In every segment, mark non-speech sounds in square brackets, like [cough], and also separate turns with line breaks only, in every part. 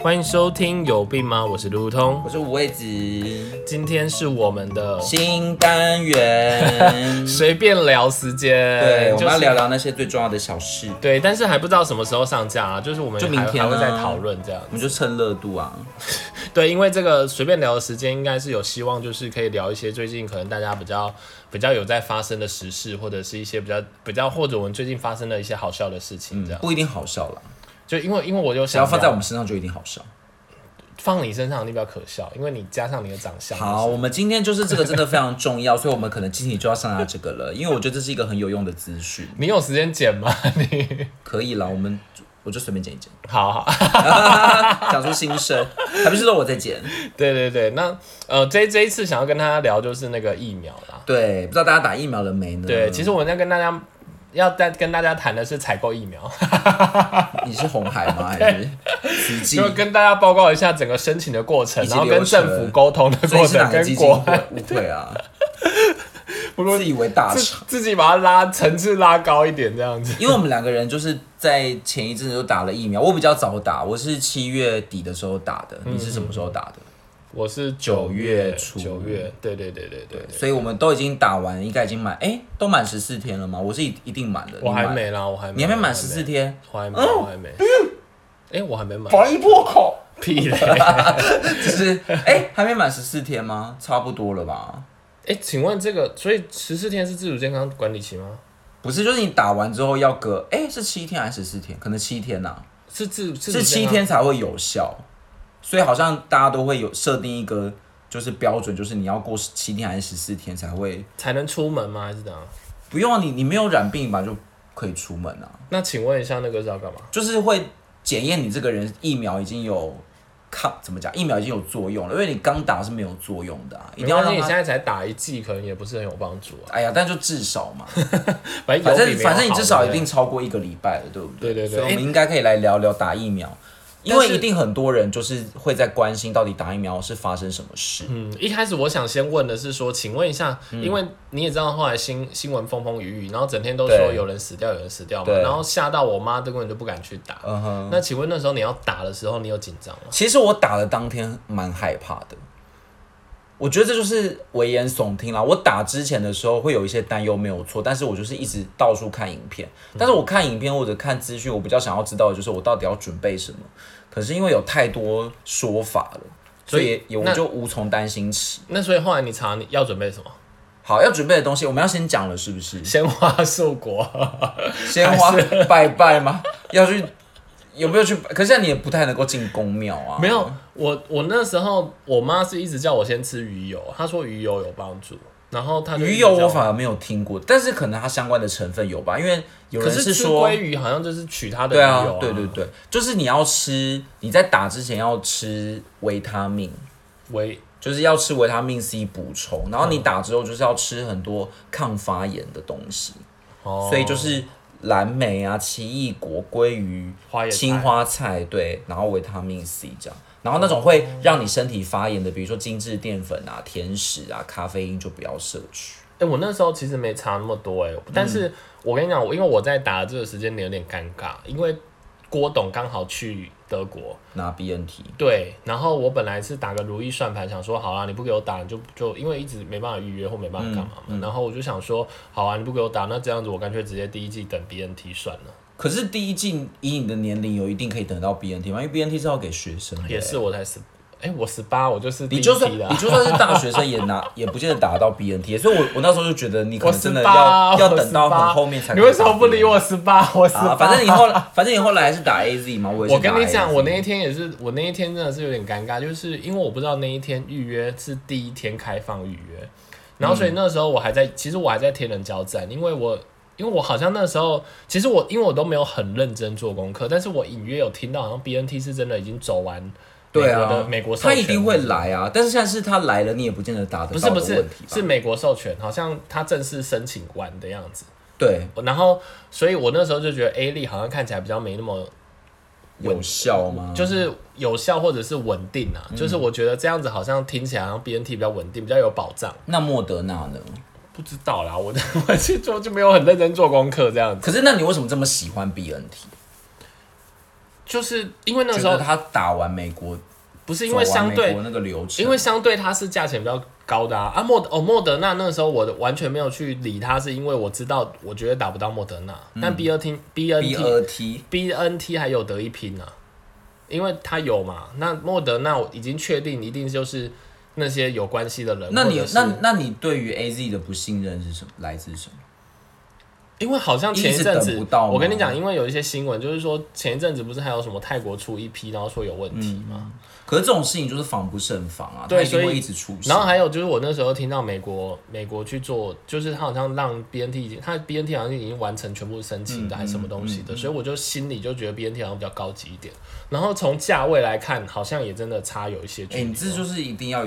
欢迎收听《有病吗》，我是路路通
我，是五味子，
今天是我们的
新单
[laughs]
元，
随便聊时间，
对，
就
我
是
们要聊聊那些最重要的小事，
对，但是还不知道什么时候上架啊，就是我们
就明
还
天
还
啊
会再讨论这样
我。们就趁热度啊，
对，因为这个随便聊的时间应该是有希望，就是可以聊一些最近可能大家比较比较有在发生的时事，或者是一些比较比较或者我们最近发生的一些好笑的事情这样。
不一定好笑啦，
就因为因为我有
只
想
嗯要放在我
聊
们身上就一定好笑。
放你身上，你比较可笑，因为你加上你的长相。
好，我们今天就是这个真的非常重要，所以我们可能今天就要上下这个了，因为我觉得这是一个很有用的资讯，
你有时间剪吗？ [laughs] 你
可以啦，我们我就随便剪一剪， [laughs]
好好。
讲出心声，还不是说我在剪？
对对对，那呃，这这一次想要跟大家聊就是那个疫苗啦。
对，不知道大家打疫苗了没呢？
对，其实我要跟大家要再跟大家谈的是采购疫苗，
嗯你是红海
[laughs]
吗？还是慈济？
就跟大家报告一下整个申请的过程，
以及
然后跟
流程
政府沟通的
所以
过
是哪
程，
个基
跟
金 [laughs]
国
会误会啊？
不过
自以为大厂
[laughs] 自。自己把它拉层次拉高一点这样子。
因为我们两个人就是在前一阵子都打了疫苗，我比较早打，我是七月底的时候打的，你是什么时候打的？
我是
嗯九月初
九月，对对对对对，
所以我们都已经打完，应该已经满，哎、都满十四天了吗？我是一一定满的，
我还
你满，
没啦，我还没，
你还没
我
满十四，天，哦
我还没，我还没，哎，我还没满，
防疫破口，
屁嘞！
就是 [laughs] 哎、还没满十四天吗？差不多了吧？
哎，请问这个，所以十四天是自主健康管理期吗？
不是，就是你打完之后要隔，哎、是七天还是十四天？可能七天呐、啊
是自自主
是
健
七
康
天才会有效，所以好像大家都会有设定一个就是标准，就是你要过七天还是十四天才会。
才能出门吗？还是怎样？
不用啊，你你没有染病吧就可以出门啊，
那请问一下，那个是要干嘛？
就是会检验你这个人疫苗已经有抗怎么讲，疫苗已经有作用了，因为你刚打是没有作用的啊，一定要
没关系
让
你现
它。
在才打一剂，可能也不是很有帮助啊。
哎呀，但就至少嘛，
反正
反
有比
正
没有
反正你
好
至少
对
一
不对
定超过一个礼拜了，对不对？
对对对
所以我
哎
们应该可以来聊聊打疫苗，因为
但是
一定很多人就是会在关心到底打疫苗是发生什么事。
嗯，一开始我想先问的是说，请问一下，
嗯
因为你也知道后来新新闻风风雨雨，然后整天都说
对
有人死掉，有人死掉嘛，
对
然后吓到我妈，根本就不敢去打。
嗯哼，
那请问那时候你要打的时候，你有紧张吗？
其实我打的当天蛮害怕的，我觉得这就是危言耸听啦。我打之前的时候会有一些担忧，没有错，但是我就是一直到处看影片。但是我看影片或者看资讯，我比较想要知道的就是我到底要准备什么。可是因为有太多说法了，所以也也
那
我就无从担心起。
那所以后来你查你要准备什么？？
好，要准备的东西我们要先讲了，是不是
鲜花素果，
哦鲜花拜拜吗？要去有没有去？可是你也不太能够进宫庙啊。
没有，我我那时候我妈是一直叫我先吃鱼油，她说鱼油有帮助，然后她就一直
鱼油
叫
我反而没有听过，但是可能它相关的成分有吧，因为有
可
人
是吃
说
鲑，鱼好像就是取它的鱼
对
油、
啊，对对，对，就是你要吃，你在打之前要吃维他命，
维
就是要吃维他命 C 补充，然后
嗯
你打之后就是要吃很多抗发炎的东西，
哦，
所以就是蓝莓啊、奇异果、鲑鱼
花椰、菜
青花菜，对，然后维他命 C 这样。然后那
哦
种会让你身体发炎的，比如说精致淀粉啊、甜食啊、咖啡因就不要摄取。
哎、我那时候其实没查那么多哎、但
嗯
是我跟你讲，我因为我在打的这个时间点有点尴尬，因为郭董刚好去德国，
拿 BNT，
对，然后我本来是打个如意算盘，想说好啊，你不给我打，你就就因为一直没办法预约或没办法干嘛嘛，
嗯
然后我就想说好啊，你不给我打，那这样子我干脆直接第一季等 BNT 算了，
可是第一季以你的年龄有一定可以等到 BNT 吗？因为 BNT 是要给学生的，
也是我才十，哎、我十八，我就是第
你
一
就算
季的啊、
你就算是大学生也拿 [laughs] 也不见得打得到 BNT，所以我我那时候就觉得你可
我
能
十
真的
八，
要
我
要等到很
18
后面才可
你
以
为什么不理
打 BNT
我十八？我十八、
啊？反正你后来反正你后来还是打 AZ 嘛，我也
我
是打 AZ。
跟你讲，我那一天也是，我那一天真的是有点尴尬，就是因为我不知道那一天预约是第一天开放预约，然后所以那时候我还
嗯
在，其实我还在天人交战，因为我因为我好像那时候，其实我因为我都没有很认真做功课，但是我隐约有听到好像 BNT 是真的已经走完美
对
国的、
啊，
美国授权
他
了，
一定会来啊，但是现在是他来了，你也不见得打
不
得
是
到
不
的
是
问题吧？
是美国授权，好像他正式申请完的样子，
对
然后所以我那时候就觉得 A 力好像看起来比较没那么
有效吗？
就是有效或者是稳定啊，
嗯
就是我觉得这样子好像听起来好像 BNT 比较稳定，比较有保障。
那莫德纳呢？
不知道啦，我 [laughs] 我去做就没有很认真做功课这样子。
可是那你为什么这么喜欢 BNT？
就是因为那
觉
时候
得他打完美国，
不是因为
走完
相
美
对
国那个流程，
因为相对它是价钱比较高的啊。啊，莫德哦，莫德纳那时候我完全没有去理它，是因为我知道我觉得打不到莫德纳，但 B 二 T B N
嗯 B
T
二 T
B N T 还有得一拼呢、啊因为它有嘛。那莫德纳我已经确定，一定就是那些有关系的人。
那
或
你
者是
那那你对于 A Z 的不信任是什么？来自什么？
因为好像前
一直
阵
等
子
不到，吗
我跟你讲，因为有一些新闻，就是说前一阵子不是还有什么泰国出一批，然后说有问题
嗯
嘛。
啊可是这种事情就是防不胜防啊，
对
它一定
所
会
以
一直出现。
然后还有就是我那时候听到美国美国去做，就是他好像让 BNT 已经，他 BNT 好像已经完成全部申请的
嗯
还是什么东西的，所以我就心里就觉得 BNT 好像比较高级一点。然后从价位来看，好像也真的差有一些距
哎、
离
你
哦。
这就是一定要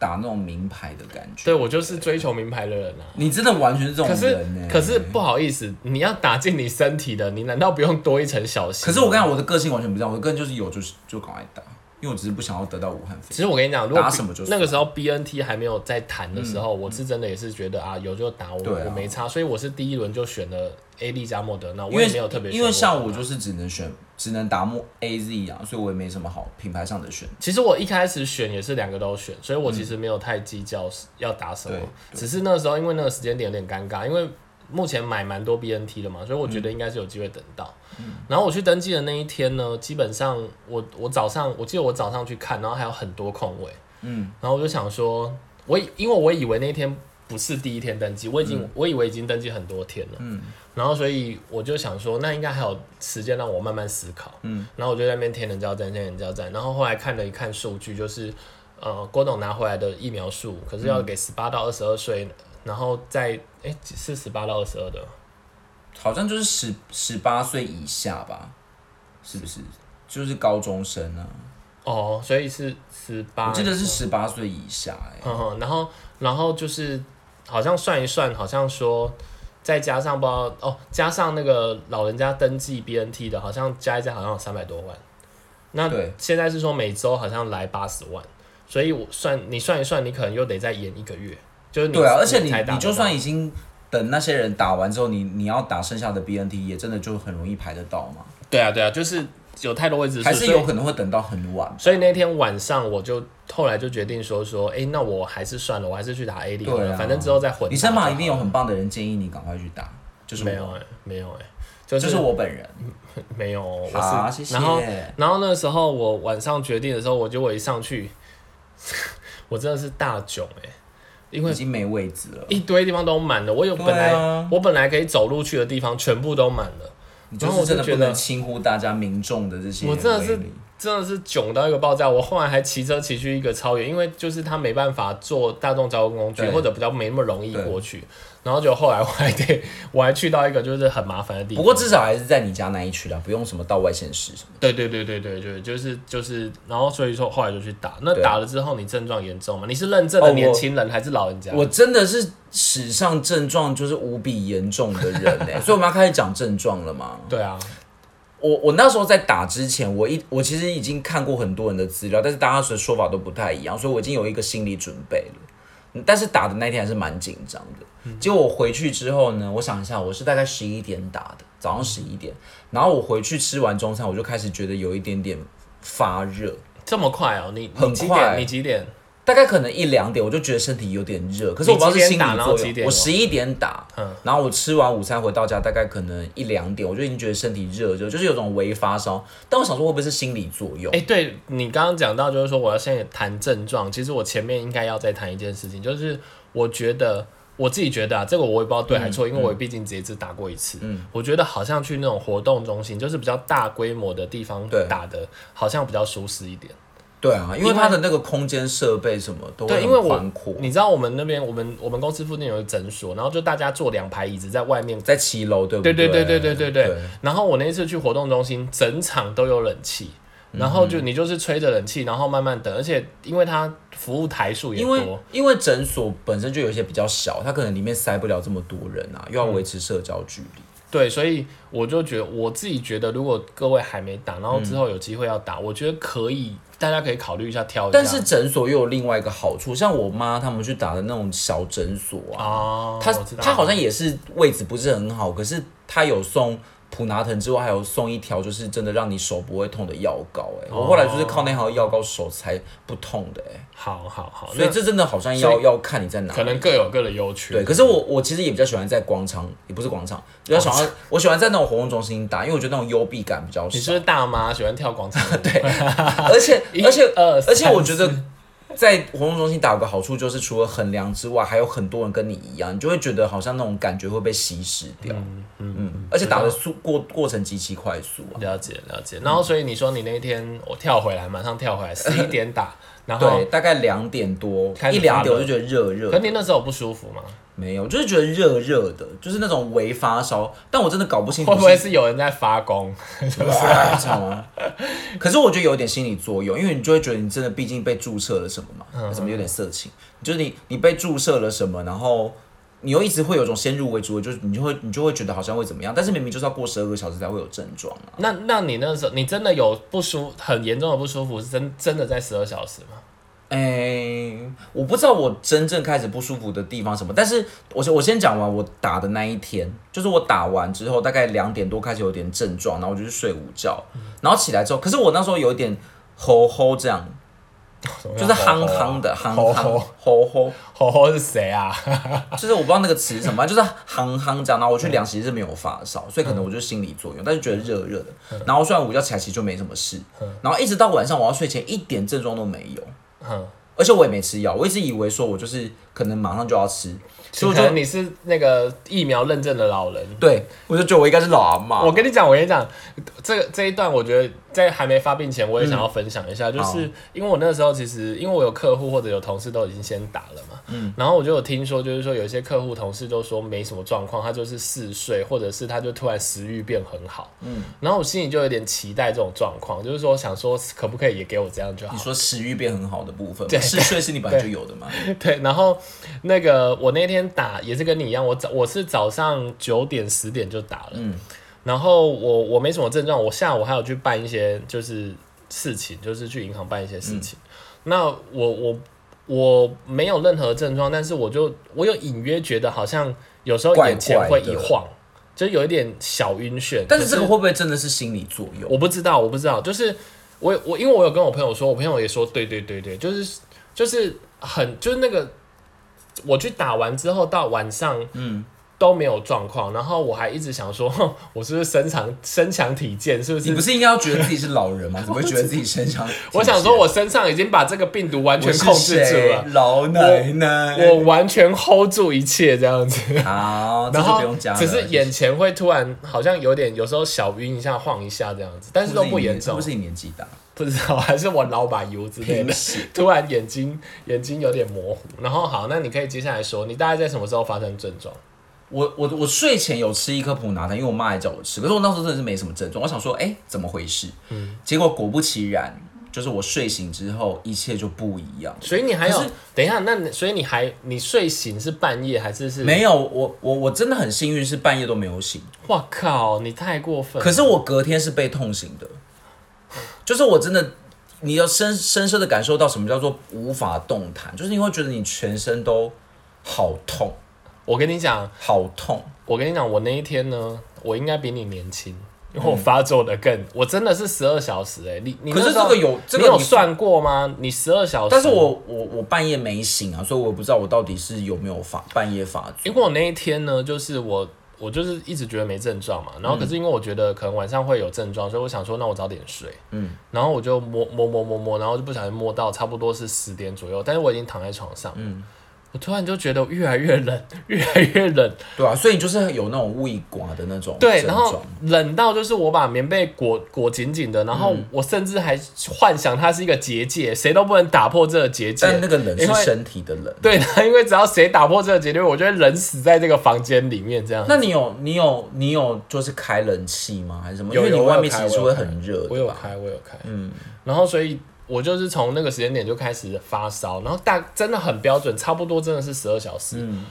打那种名牌的感觉。
对我就是追求名牌的人啊。
你真的完全是这
可
种
是
人呢、欸
可是不好意思，你要打进你身体的，你难道不用多一层小心？
可是我跟你讲，我的个性完全不这样，我的个性就是有就是就赶快打，因为我只是不想要得到武汉肺
其
炎。
实我跟你讲，如果
打什么就算
那个时候 BNT 还没有在谈的时候，我是真的也是觉得啊，有就打，我、
对啊
我没差，所以我是第一轮就选了 A 利加莫德纳，
因
我
为
也没有特别选
因为像
莫
我
德纳
就是只能选，只能打莫 A Z 啊，所以我也没什么好品牌上的选。
其实我一开始选也是两个都选，所以我其实没有太计较是要打什么
对，
只是那时候因为那个时间点有点尴尬，因为目前买蛮多 BNT 的嘛，所以我觉得应该是有机会等到。
嗯
然后我去登记的那一天呢，基本上我我早上我记得我早上去看，然后还有很多空位，
嗯，
然后我就想说，我以因为我以为那天不是第一天登记，我已经、我以为已经登记很多天了，
嗯，
然后所以我就想说，那应该还有时间让我慢慢思考，
嗯，
然后我就在那边天人交战，天人交战，然后后来看了一看数据，就是呃郭董拿回来的疫苗数，可是要
嗯
给十八到二十二岁，然后在哎是十八到二十二的吗，
好像就是十十八岁以下吧，是不是？就是高中生啊，
哦，所以是十八，
我记得是十八岁以下、欸，
嗯哼，然后然后就是好像算一算，好像说再加上不知道哦，加上那个老人家登记 BNT 的，好像加一加好像有三百多万。那
对
现在是说每周好像来八十万，所以我算你算一算，你可能又得再延一个月，就是你
对啊，而且你
才打
你
得
就
到
算已经等那些人打完之后，你你要打剩下的 BNT 也真的就很容易排得到吗？
对啊对啊，就是有太多未知数，
还是
所以
有可能会等到很晚？
所以那天晚上我就后来就决定说说，哎、那我还是算了，我还是去打 A 力好
对
了，
啊，
反正之后再混打就好了。
你身旁一定有很棒的人建议你赶快去打，就是我
没有哎、没有哎、就
就是是我本人。
没有，我是、
好，谢谢
然。后然后那个时候我晚上决定的时候，我就我一上去， [laughs] 我真的是大囧哎、因为
已经没位置了，
一堆地方都满了，我有
对
本来、
啊
我本来可以走路去的地方全部都满了，
你
然后
就
我
是
就
真的
觉
不
得
能轻忽大家民众的这些
我
威力。
真的是真的是囧到一个爆炸。我后来还骑车骑去一个超远，因为就是他没办法坐大众交通工具，
对
或者比较没那么容易
对
过去。然后就后来我还得我还去到一个就是很麻烦的地
不
方。
过至少还是在你家那一区啦，不用什么到外县市什么的。
对对对对对对，就是就是，然后所以说后来就去打。那
对啊
打了之后，你症状严重吗？你是认证的
哦我
年轻人还是老人家？
我真的是史上症状就是无比严重的人呢、所以我们要开始讲症状了吗？
对啊，
我我那时候在打之前，我一我其实已经看过很多人的资料，但是大家的说法都不太一样，所以我已经有一个心理准备了。嗯但是打的那天还是蛮紧张的。结果我回去之后呢，我想一下，我是大概十一点打的，早上十一点，然后我回去吃完中餐，我就开始觉得有一点点发热，
这么快哦，你
很
你几
快
点？你几点？
大概可能一两点，我就觉得身体有点热，可是我
你
不知道
几点
是心理
打然后
作
几点
用。我
哦
十一点打，
嗯
然后我吃完午餐回到家，大概可能一两点，我就已经觉得身体热热，就是有种微发烧。但我想说，会不会是心理作用？
哎、对你刚刚讲到，就是说我要先谈症状。其实我前面应该要再谈一件事情，就是我觉得我自己觉得啊，这个我也不知道
嗯
对还错，因为我毕竟直接只打过一次。嗯，我觉得好像去那种活动中心，就是比较大规模的地方
对
打的，好像比较舒适一点。
对啊，因为
因为
它的那个空间设备什么都会
对，因为
很
我
宽阔，
你知道我们那边，我们我们公司附近有个诊所，然后就大家坐两排椅子在外面。
在七楼，对不
对
对
对对对对对对。
对
然后我那一次去活动中心，整场都有冷气，
嗯
然后就你就是吹着冷气，然后慢慢等，而且因为它服务台数也
因为
多，
因为诊所本身就有一些比较小，它可能里面塞不了这么多人啊，又要维持社交距离。
对，所以我就觉得我自己觉得，如果各位还没
嗯
打，然后之后有机会要打，我觉得可以，大家可以考虑一下挑一下。
但是诊所又有另外一个好处，像我妈他们去打的那种小诊所啊，
哦，
他
我知道
他好像也是位置不是很好，可是他有送普拿疼之外，还有送一条就是真的让你手不会痛的药膏、哎、
哦
我后来就是靠那条药膏手才不痛的、哎，
好好好，
所以
哦那
这真的好像
所
要要看你在哪里，
可能各有各的优缺。
对，可是我我其实也比较喜欢在广场，也不是广场，比较喜欢我喜欢在那种活动中心打，因为我觉得那种幽闭感比较
哦你
少
是不。是大妈喜欢跳广场
[laughs]
舞？对，[laughs]
而且而且
二
而且
三
我觉得
四
在活动中心打有个好处就是，除了衡量之外，还有很多人跟你一样，你就会觉得好像那种感觉会被稀释掉。嗯而且打的速过过程极其快速啊。
了解了解。然后所以你说你那天我跳回来，马上跳
[laughs]
回来，十一点打，然后
对，大概两点多
哦开，始
一两点
发热
我就觉得热热
可
的，
你那时候有不舒服吗？
没有，就是觉得热热的，就是那种微发烧，但我真的搞不清楚
会不会是有人在发功？
[laughs] 哇啊这样吗？可是我觉得有点心理作用，因为你就会觉得你真的毕竟被注射了什么嘛，怎么有点色情？就是你你被注射了什么，然后你又一直会有一种先入为主的，就是你就会你就会觉得好像会怎么样，但是明明就是要过十二个小时才会有症状啊。
那那你那时候你真的有不舒很严重的不舒服，是真真的在十二小时吗？ [laughs]
哎、我不知道我真正开始不舒服的地方什么，但是我先我先讲完我打的那一天，就是我打完之后大概两点多开始有点症状，然后我就去睡午觉，
嗯
然后起来之后，可是我那时候有一点吼吼
[laughs]
这样，就是憨憨的，憨
吼
憨
啊吼
吼吼，
吼吼是谁啊？
就是我不知道那个词是什么，就是憨憨这样。然后我去
嗯
量，其实是没有发烧，所以可能我就是心理作用，但是觉得热热
嗯
的。然后虽然午觉起来其实就没什么事，然后一直到晚上我要睡前一点症状都没有，
嗯，
而且我也没吃药，我一直以为说我就是可能马上就要吃，所以我
可
就
能你是那个疫苗认证的老人。
对我就觉得我应该是老阿妈
我。跟你讲，我跟你讲，这个这一段，我觉得在还没发病前，我也想要分享一下，就是因为我那时候其实，因为我有客户或者有同事都已经先打了嘛，嗯，然后我就有听说，就是说有一些客户同事都说没什么状况，他就是嗜睡，或者是他就突然食欲变很好，嗯，然后我心里就有点期待这种状况，就是说想说可不可以也给我这样就好
你，说食欲变很好的部分吗，嗜睡是你本来就有的嘛？
对，然后那个我那天打也是跟你一样，我早我是早上九点十点就打了，
嗯
然后我我没什么症状，我下午还有去办一些就是事情，就是去银行办一些
嗯
事情。那我我我没有任何症状，但是我就我有隐约觉得好像有时候
怪
眼前
怪
会
的
一晃，就有一点小晕眩。
但是
可
这个会不会真的是心理作用？
我不知道，我不知道，就是我我因为我有跟我朋友说，我朋友也说，对对对对，就是就是很就是那个我去打完之后到晚上，嗯。都没有状况，然后我还一直想说，哼我是不是身强身强体健，是不
你
是？
不是应该要觉得自己是老人吗？怎么会觉得自己身上？
我想说，我身上已经把这个病毒完全控制住了，，
老奶奶。
我完全 hold 住一切这样子。
好， [laughs] 这
然
就
后
不用加了。
只是眼前会突然好像有点，有时候小晕一下、晃一下这样子，但是都不严重
不。是你年纪大，
不知道还是我老把油之
[laughs]
类的
平时，
突然眼睛眼睛有点模糊。然后好，那你可以接下来说，你大概在什么时候发生症状？
我我我睡前有吃一颗普拿疼，因为我妈也叫我吃，可是我那时候真的是没什么症状，我想说，哎、怎么回事？
嗯
结果果不其然，就是我睡醒之后，一切就不一样。
所以你还有
可是
等一下，那你所以你还你睡醒是半夜还是是？
没有，我我我真的很幸运，是半夜都没有醒。
哇靠，你太过分了！
可是我隔天是被痛醒的，就是我真的，你要深深深的感受到什么叫做无法动弹，就是你会觉得你全身都好痛，
我跟你讲，
好痛。
我跟你讲，我那一天呢，我应该比你年轻，
嗯
因为我发作的更，我真的是十二小时哎、你你
可是
那时候
这个有这个
你有
你
算过吗？你十二小时，
但是我我我半夜没醒啊，所以我不知道我到底是有没有发半夜发作。
因为我那一天呢，就是我我就是一直觉得没症状嘛，然
嗯
后可是因为我觉得可能晚上会有症状，所以我想说那我早点睡，嗯，然后我就摸摸摸摸摸，然后就不小心摸到差不多是十点左右，但是我已经躺在床上，嗯，我突然就觉得越来越冷， [laughs] 越来越冷，
对啊，所以你就是有那种胃寡的那种
对，
症
然后
状。
冷到就是我把棉被裹裹紧紧的，然
嗯
后我甚至还幻想它是一个结界，谁都不能打破这个结界，
但那个冷
因为
是身体的冷。
对的，因为只要谁打破这个结界，我就会冷死在这个房间里面这样。
那你有你有你有就是开冷气吗？还是什么？因
有
为你
有我有
外面其
开
实是
我有
会
开
很热
我
的
有
吧？
开，我有开，嗯，然后所以我就是从那个时间点就开始发烧，然后大真的很标准，差不多真的是十二小时，
嗯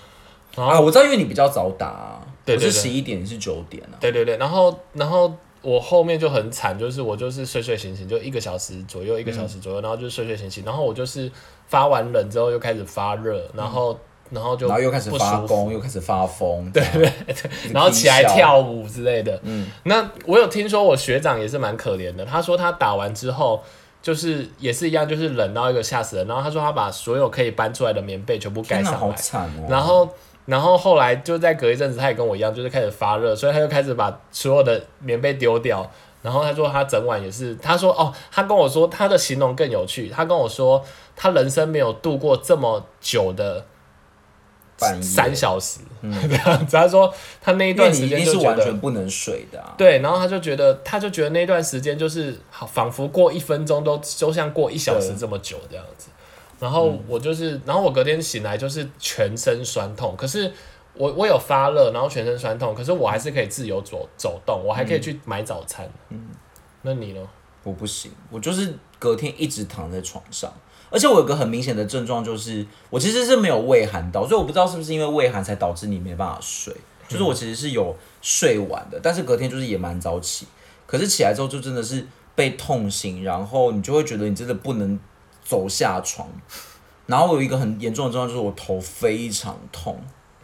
然后
啊，我知道，因为你比较早打啊，
对
我
对
是
对
十一点，你是九点啊。
对对对，然后然后我后面就很惨，就是我就是睡睡醒醒，就一个小时左
嗯
右，一个小时左右，然后就睡睡醒醒，然后我就是发完冷之后又开始发热，然后。然后就
然后又开始
不
发
舒服
功，又开始发疯，对对对
然后起来跳舞之类的。嗯，那我有听说我学长也是蛮可怜的，他说他打完之后。就是也是一样，就是冷到一个吓死人。然后他说他把所有可以搬出来的棉被全部盖
天哪，
上
好
来，
惨哦。
然后然后后来就在隔一阵子，他也跟我一样，就是开始发热，所以他就开始把所有的棉被丢掉。然后他说啊他整晚也是，他说哦，他跟我说他的形容更有趣，他跟我说他人生没有度过这么久的
半夜
三小时，这样 [laughs] 子。他说他那一
嗯因为
段
你
时
一
间
定
就是觉
完
得
全不能睡的啊。
对，然后他就觉得，他就觉得那段时间就是好，仿佛过一分钟都就像过一小时这么久这样子。然后
嗯
我就是，然后我隔天醒来就是全身酸痛，可是我我有发热，然后全身酸痛，可是我还是可以自由走走动，我还可以去买早餐。嗯，那你呢？
我不行，我就是隔天一直躺在床上，而且我有个很明显的症状就是，我其实是没有胃寒到，所以我不知道是不是因为胃寒才导致你没办法睡。就是我其实是有睡晚的，但是隔天就是也蛮早起，可是起来之后就真的是被痛醒，然后你就会觉得你真的不能走下床。然后我有一个很严重的症状就是我头非常痛，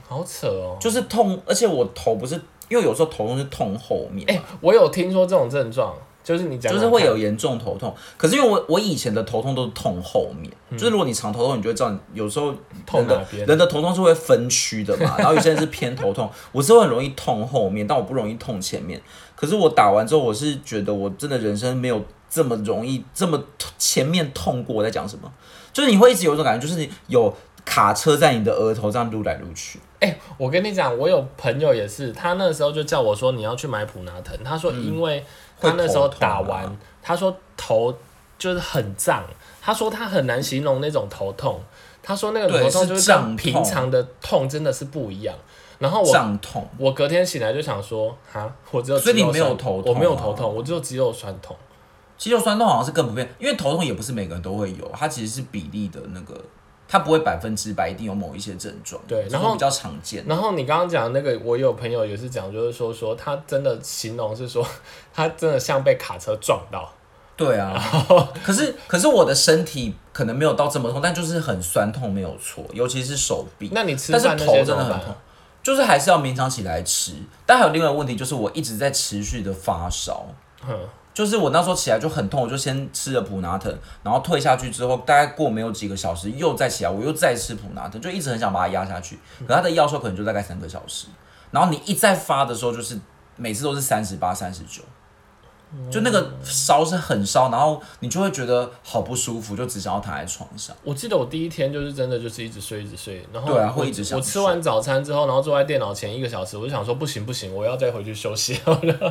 好扯哦！
就是痛，而且我头不是因为有时候头痛是痛后面，
哎、我有听说这种症状，就是你讲
就
讲
是会
看
有严重头痛。可是因为我我以前的头痛都是痛后面，就是如果你常头痛，你就会知道你有时候
嗯痛
人的
哪边啊
人的头痛是会分区的嘛，然后有些人是偏头痛，我是会很容易痛后面，但我不容易痛前面。可是我打完之后，我是觉得我真的人生没有这么容易这么痛前面痛过。我在讲什么？就是你会一直有一种感觉，就是你有卡车在你的额头这样撸来撸去。
哎、我跟你讲，我有朋友也是，他那时候就叫我说你要去买普拿疼，他说因为他那时候打
嗯会头
完，
痛啊
他说头就是很胀，他说他很难形容那种头痛，他说那个
对
头痛
是
就是
胀
跟
痛
平常的痛真的是不一样。然后我
胀痛，
我隔天醒来就想说，哈，我只有
所以你
肌肉
没有
酸
头
我没有
痛啊
头痛，我只有肌肉酸痛。
肌肉酸痛好像是更普遍，因为头痛也不是每个人都会有，它其实是比例的那个，它不会百分之百一定有某一些症状，
对
就是
然后
比较常见。
然后你刚刚讲的那个，我有朋友也是讲，就是说说他真的形容是说他真的像被卡车撞到，[laughs]
对啊，可是可是我的身体可能没有到这么痛，但就是很酸痛没有错，尤其是手臂，
那你吃
但是
饭那
头
些
真
怎
的
么
很
办
痛？，就是还是要勉强起来吃。但还有另外一个问题就是我一直在持续的发烧，
嗯。
就是我那时候起来就很痛，我就先吃了普拿疼，然后退下去之后，大概过没有几个小时又再起来，我又再吃普拿疼，就一直很想把它压下去。可它的药效可能就大概三个小时，然后你一再发的时候，就是每次都是三十八、三十九，就那个烧是很烧，然后你就会觉得好不舒服，就只想要躺在床上。
我记得我第一天就是真的就是一直睡一直睡，然后
对啊
我
会一直想
我吃完早餐之后，然后坐在电脑前一个小时，我就想说不行不行，我要再回去休
[laughs]
息。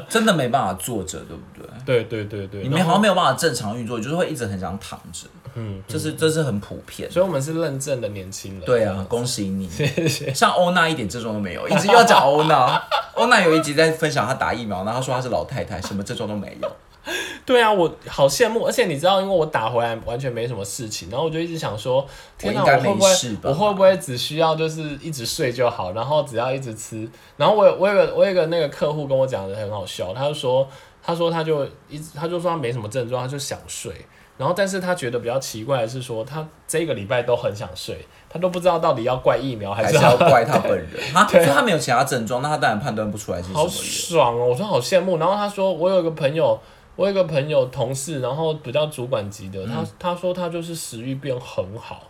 真的没办法坐着，对不对？
对对对对，
你们
然后
好像没有办法正常运作，就是会一直很想躺着，嗯，这是这是很普遍。
所以我们是认证的年轻人。
对啊，恭喜你！ [laughs] 像欧娜一点症状都没有，一直要讲欧
[laughs]
娜。欧娜有一集在分享她打疫苗，然后她说她是老太太，什么症状都没有。
对啊，我好羡慕，而且你知道，因为我打回来完全没什么事情，然后我就一直想说，天哪，
应
我
该
会不
没事
会
吧
我会不会只需要就是一直睡就好，然后只要一直吃，然后我有我有个我有个那个客户跟我讲的很好笑，他就说他说他就一直他就说他没什么症状，他就想睡。然后，但是他觉得比较奇怪的是说，他这个礼拜都很想睡，他都不知道到底要怪疫苗还
还
是
是要怪她本人啊，所
[laughs] 对
以她没有其他症状，那她当然判断不出来是什么
好
原因。
爽哦！我说好羡慕。然后他说，我有一个朋友，我有一个朋友同事，然后比较主管级的，
嗯
他他说他就是食欲变很好，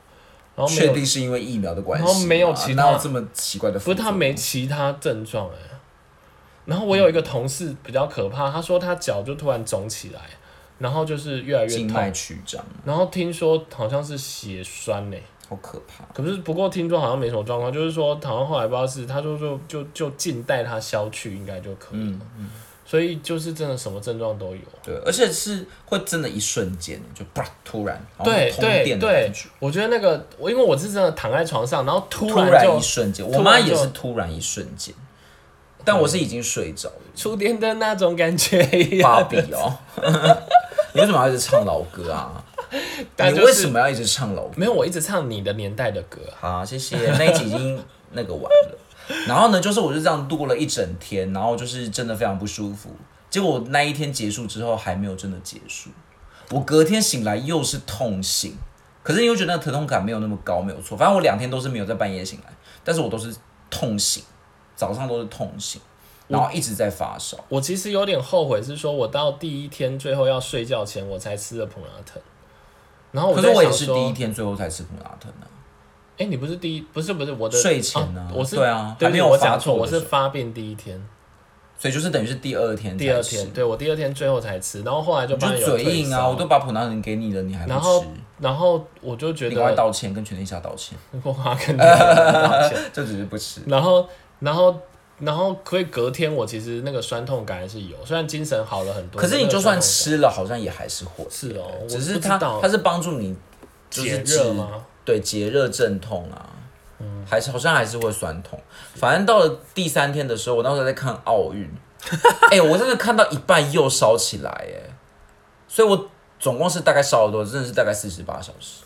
然哦后没
确
有，
定是因为疫苗的关系吗，
然后没有其他
哪有这么奇怪的
不
副
是
作
他
用？
没其他症状哎、然后我有一个同事比较可怕，他说他脚就突然肿起来，然后就是越来越
静
痛，
脉曲张，
然后听说好像是血栓呢、哎
好可怕。
可是不过听说好像没什么状况，就是说好像后来不知道是他说就就就静待它消去应该就可以
嗯
了，所以就是真的什么症状都有。
对，而且是会真的，一瞬间就啪，突然，好像
对
通
对
电的感
对
觉，，
我觉得那个我因为我是真的躺在床上，然后突
突
然
然
就
一瞬间，
突然
我妈也
就是
突然一瞬间，但我是已经睡着了。
[laughs] 触电灯那种感觉一样。
芭比哦， [laughs] 你为什么要一直唱老
[laughs]
歌啊？
但
你
就是
为什么要一直唱老歌？
没有，我一直唱你的年代的歌啊。
好，谢谢。那一集已
[laughs]
经那个完了，然后呢，就是我就这样度过了一整天，然后就是真的非常不舒服。结果那一天结束之后还没有真的结束，我隔天醒来又是痛醒，可是你会觉得那个疼痛感没有那么高，没有错。反正我两天都是没有在半夜醒来，但是我都是痛醒，早上都是痛醒，然后一直在发烧。
我其实有点后悔，是说我到第一天最后要睡觉前，我才吃了普拉疼。然后我
可是我也
在
是
想说
第一，天最后才吃普拉疼啊，
哎、你不是第一，不是不是我的
睡前
啊
呢、
我是
对啊，
对
还
不
没
起
有
我
发
讲错，
作
我
的时
是
候，
发病第一天，
所以就是等于是第二天才吃，
第二天，对我第二天最后才吃，然后后来就
你就
发现有
嘴
退
硬啊！
烧
我都把普拉疼给你了，你还
然
不
后
吃，
然后我就觉
你赶快
得
道歉，跟全天下道歉，
我要跟你道歉，
呃这只是不吃。
然后，然后，然后，所以隔天我其实那个酸痛感还是有，虽然精神好了很多。
可是你就算
但是
吃了，好像也还是会，
那个酸痛感是哦，
只
我
是
不知
它
道
它是帮助你就是
解
治
热吗？嗯
对解热镇痛啊，还是好像还是会酸痛。反正到了第三天的时候，我当时在看奥
[laughs]
运，哎、我真的看到一半又烧起来，哎，所以我总共是大概烧了多，真的是大概四十八小时，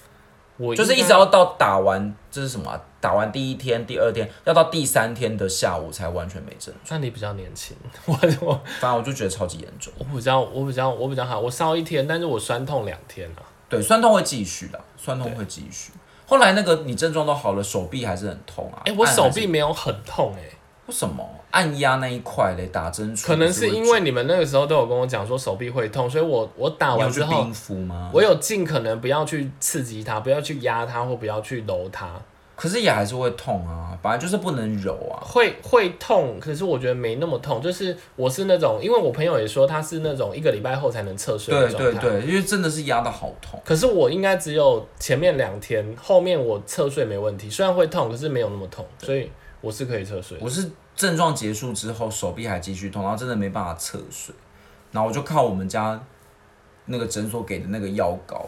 我
就是一
应
直
该
要到打完这是什么啊、打完第一天、第二天，要到第三天的下午才完全没症。
那你比较年轻， [laughs] 我我
反正我就觉得超级严重，
我比较我比较我比较好，我烧一天，但是我酸痛两天啊。
对，酸痛会继续的，酸痛会继续。后来那个你症状都好了，手臂还是很痛啊。
哎、我
按还
手
是
臂没有很痛哎、
为什么按压那一块嘞？打针处
可能
不
是
会
因为你们那个时候都有跟我讲说手臂会痛，所以我我打
你要
完
去
之后
冰，敷吗？
我有尽可能不要去刺激它，不要去压它或不要去揉它。
可是也还是会痛啊，本来就是不能揉啊。
会会痛，可是我觉得没那么痛。就是我是那种，因为我朋友也说他是那种一个礼拜后才能侧睡的
对
状态。
对对，因为真的是压的好痛。
可是我应该只有前面两天，后面我侧睡没问题，虽然会痛，可是没有那么痛，所以我是可以侧睡。
我是症状结束之后，手臂还继续痛，然后真的没办法侧睡，然后我就靠我们家那个诊所给的那个药膏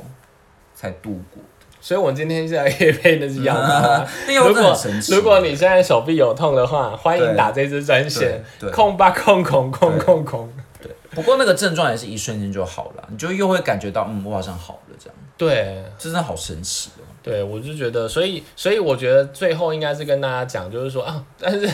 才度过。
所以我今天是来夜配那是
[laughs]
药膏啊。
那药
如
真的
果
很神奇。
如果你现在手臂有痛的话，欢迎打这支专线
对对，
控吧控控控控控。
不过那个症状也是一瞬间就好了，你就又会感觉到，嗯，我好像好了这样，
对，
这真的好神奇哦。
对，我就觉得，所以所以我觉得最后应该是跟大家讲，就是说啊，但是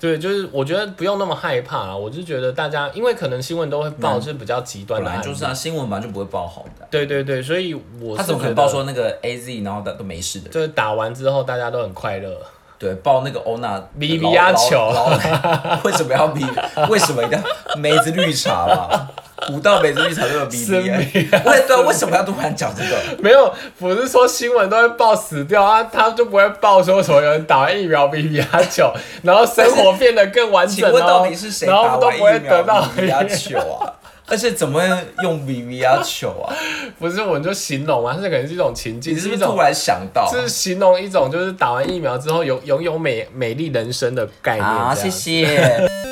对，就是我觉得不用那么害怕啊，我就觉得大家因为可能新闻都会报是比较极端
本
的
来
案
就是
例，
啊，新闻本来就不会报好的啊、
对对对，所以我
他
是
怎么可
觉
能报
得，
说那个 A Z 然后都都没事的？
就是打完之后大家都很快乐，
对，报那个欧娜
比比鸭球
老老 [laughs] 为什么要比？为什么一定要梅子绿茶嘛？ [laughs] 五道梅子绿茶都有 B
生啊
B
病
哎，对对，为什么要突然讲这个？
没有，不是说新闻都会报死掉啊，他就不会报说什么有人打完疫苗比比阿球，然后生活变得更完
请
整
问到
哦
底是，谁
然
打
后都
完疫
不会得
苗
到
比比鸭球啊？ [laughs] 而且怎么会用 B B 鸭球啊？
[laughs] [laughs] 不是，我们就形容啊，这可能是一种情境，
你是不
一
是
种
突然想到？
这是形容一种就是打完疫苗之后有拥有美美丽人生的概念。
好，
哎这样
啊谢。
[laughs]
谢。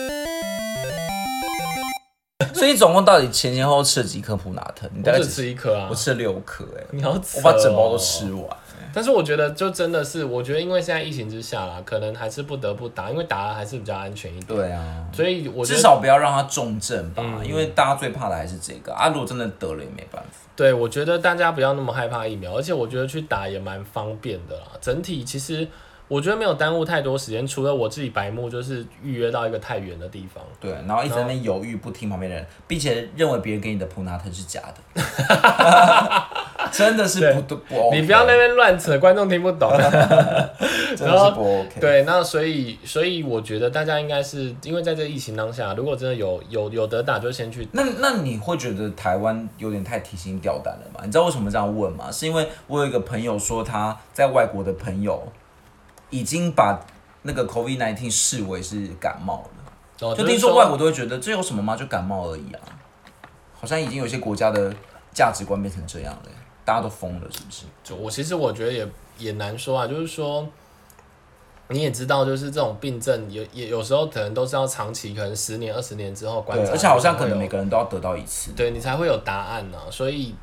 所以总共到底前前后后吃了几颗普拿疼？你大概
我只
几
吃一颗啊
我，吃了六颗哎、
你好扯、
我把整包都吃。完。
但是我觉得就真的是，我觉得因为现在疫情之下啦，可能还是不得不打，因为打了还是比较安全一点。
对啊，
所以我觉
至
得，嗯
少不要让它重症吧，因为大家最怕的还是这个啊。如果真的得了也没办法，
对我觉得大家不要那么害怕疫苗，而且我觉得去打也蛮方便的啦。整体其实我觉得没有耽误太多时间，除了我自己白目就是预约到一个太远的地方。
对，然后一直在那边犹豫，不听旁边的人，并且认为别人给你的普拿疼是假的，
[laughs]
真的是不不不 OK，
你不要在那边乱扯，观众听不懂。
真的是不 OK。
对，那所以所以我觉得大家应该是因为在这疫情当下，如果真的有有有得打，就先去。
那那你会觉得台湾有点太提心吊胆了吗？你知道为什么这样问吗？是因为我有一个朋友说他在外国的朋友已经把那个 COVID nineteen 视为是感冒了，
哦
就听说外国都会觉得这有什么吗？就感冒而已啊，好像已经有些国家的价值观变成这样了，大家都疯了是不是？
就我其实我觉得也也难说啊，就是说你也知道，就是这种病症有也有时候可能都是要长期，可能十年二十年之后观
对，
察，
而且好像可
你才会
能每
有
个人都要得到一次。
啊对啊你才会有答案呢、所以。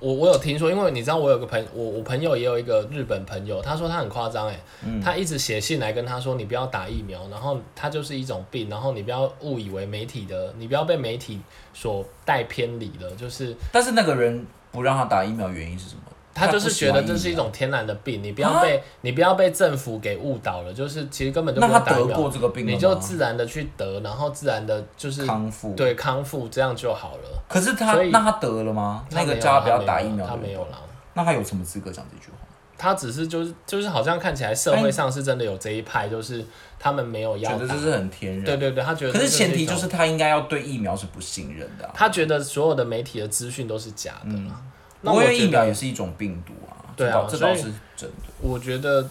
我我有听说，因为你知道我有个朋我我朋友也有一个日本朋友，他说他很夸张哎，
嗯
他一直写信来跟他说你不要打疫苗，然后他就是一种病，然后你不要误以为媒体的，你不要被媒体所带偏离了，就是
但是那个人不让他打疫苗，原因是什么？
他就
不
是
喜
觉得
欢
这
疫
是一
苗。啊
种天然的病，你不要被你不要被政府给误导了，就是其实根本就
那
不
他
用打
得
疫苗
过，这个病了吗
你就自然的去得，然后自然的就是
康复。
对康复这样就好了。
可是他
所以
那他得了吗？那
没
个
有
叫
啊
他不要
没有
打
啊
疫苗的
他
人，
没有啦。
那他有什么资格讲这句话？
他只是就是就是好像看起来社会上是真的有这一派，就是他们没有要
觉得这
打。
是很天然。
对对对，他觉得
可
这
是前提
一种
就是他应该要对疫苗是不信任的、啊。
他觉得所有的媒体的资讯都是假的啦。那
嗯不过
我
因为
觉
疫苗
得，
也是一种病毒啊，
对啊
这倒这倒
所
是真的。
我觉得，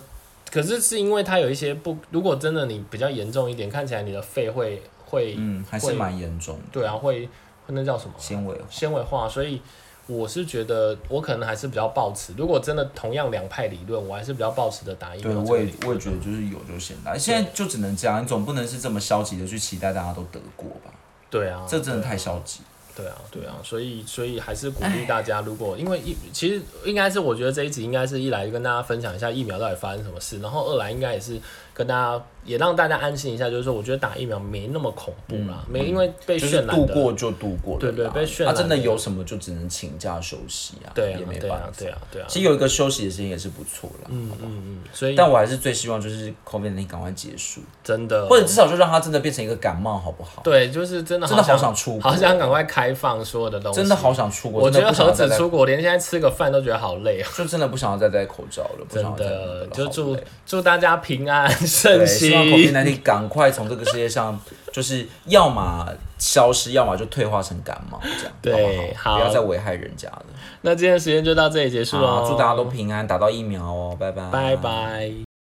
可是是因为他有一些不，如果真的你比较严重一点，看起来你的肺会会，
嗯，还是
会
蛮严重的，
对啊，会那叫什么
纤维
纤维化，所以。我是觉得，我可能还是比较抱持。如果真的同样两派理论，我还是比较抱持的打疫苗
对，
这个
我也
理
我
论
也觉得就是有就行了。现在就只能这样，你总不能是这么消极的去期待大家都得过吧？
对啊，
这真的太消极。
对啊，对啊，所以所以还是鼓励大家，如果因为疫，其实应该是我觉得这一集应该是一来跟大家分享一下疫苗到底发生什么事，然后二来应该也是跟大家也让大家安心一下，就是说我觉得打疫苗没那么恐怖啦，没因为被
嗯就
渲
是
染的
度过就度过了啦，
对对被渲
他
染
真的
的
有什么就只能请假休息啊，
对啊
也没
对
办
啊
法。
对啊对啊，
其实有一个休息的时间也是不错啦，
嗯嗯嗯，所以
但我还是最希望就是 COVID 能赶快结束，
真的
或者至少就让它真的变成一个感冒，好不好？
对，就是真的
真的好
想
想出国
好想赶快开放所有的东西，
真的好想出国，
我觉
真的
得
不想
何
要再
止
戴
出国，连现在吃个饭都觉得好累啊。
就真的不想要再戴口罩了，不想
真
要再戴
的
口，
就
罩了
祝
好累
祝大家平安顺
对，希望 COVID
心。
1 9赶 [laughs] 快从这个世界上，就是要么消失，要么就退化成感冒这样，
对
好不好
好
不要再危害人家了。
那今天的时间就到这里结束
好
了，
祝大家都平安，打到疫苗哦，拜拜，
拜。拜。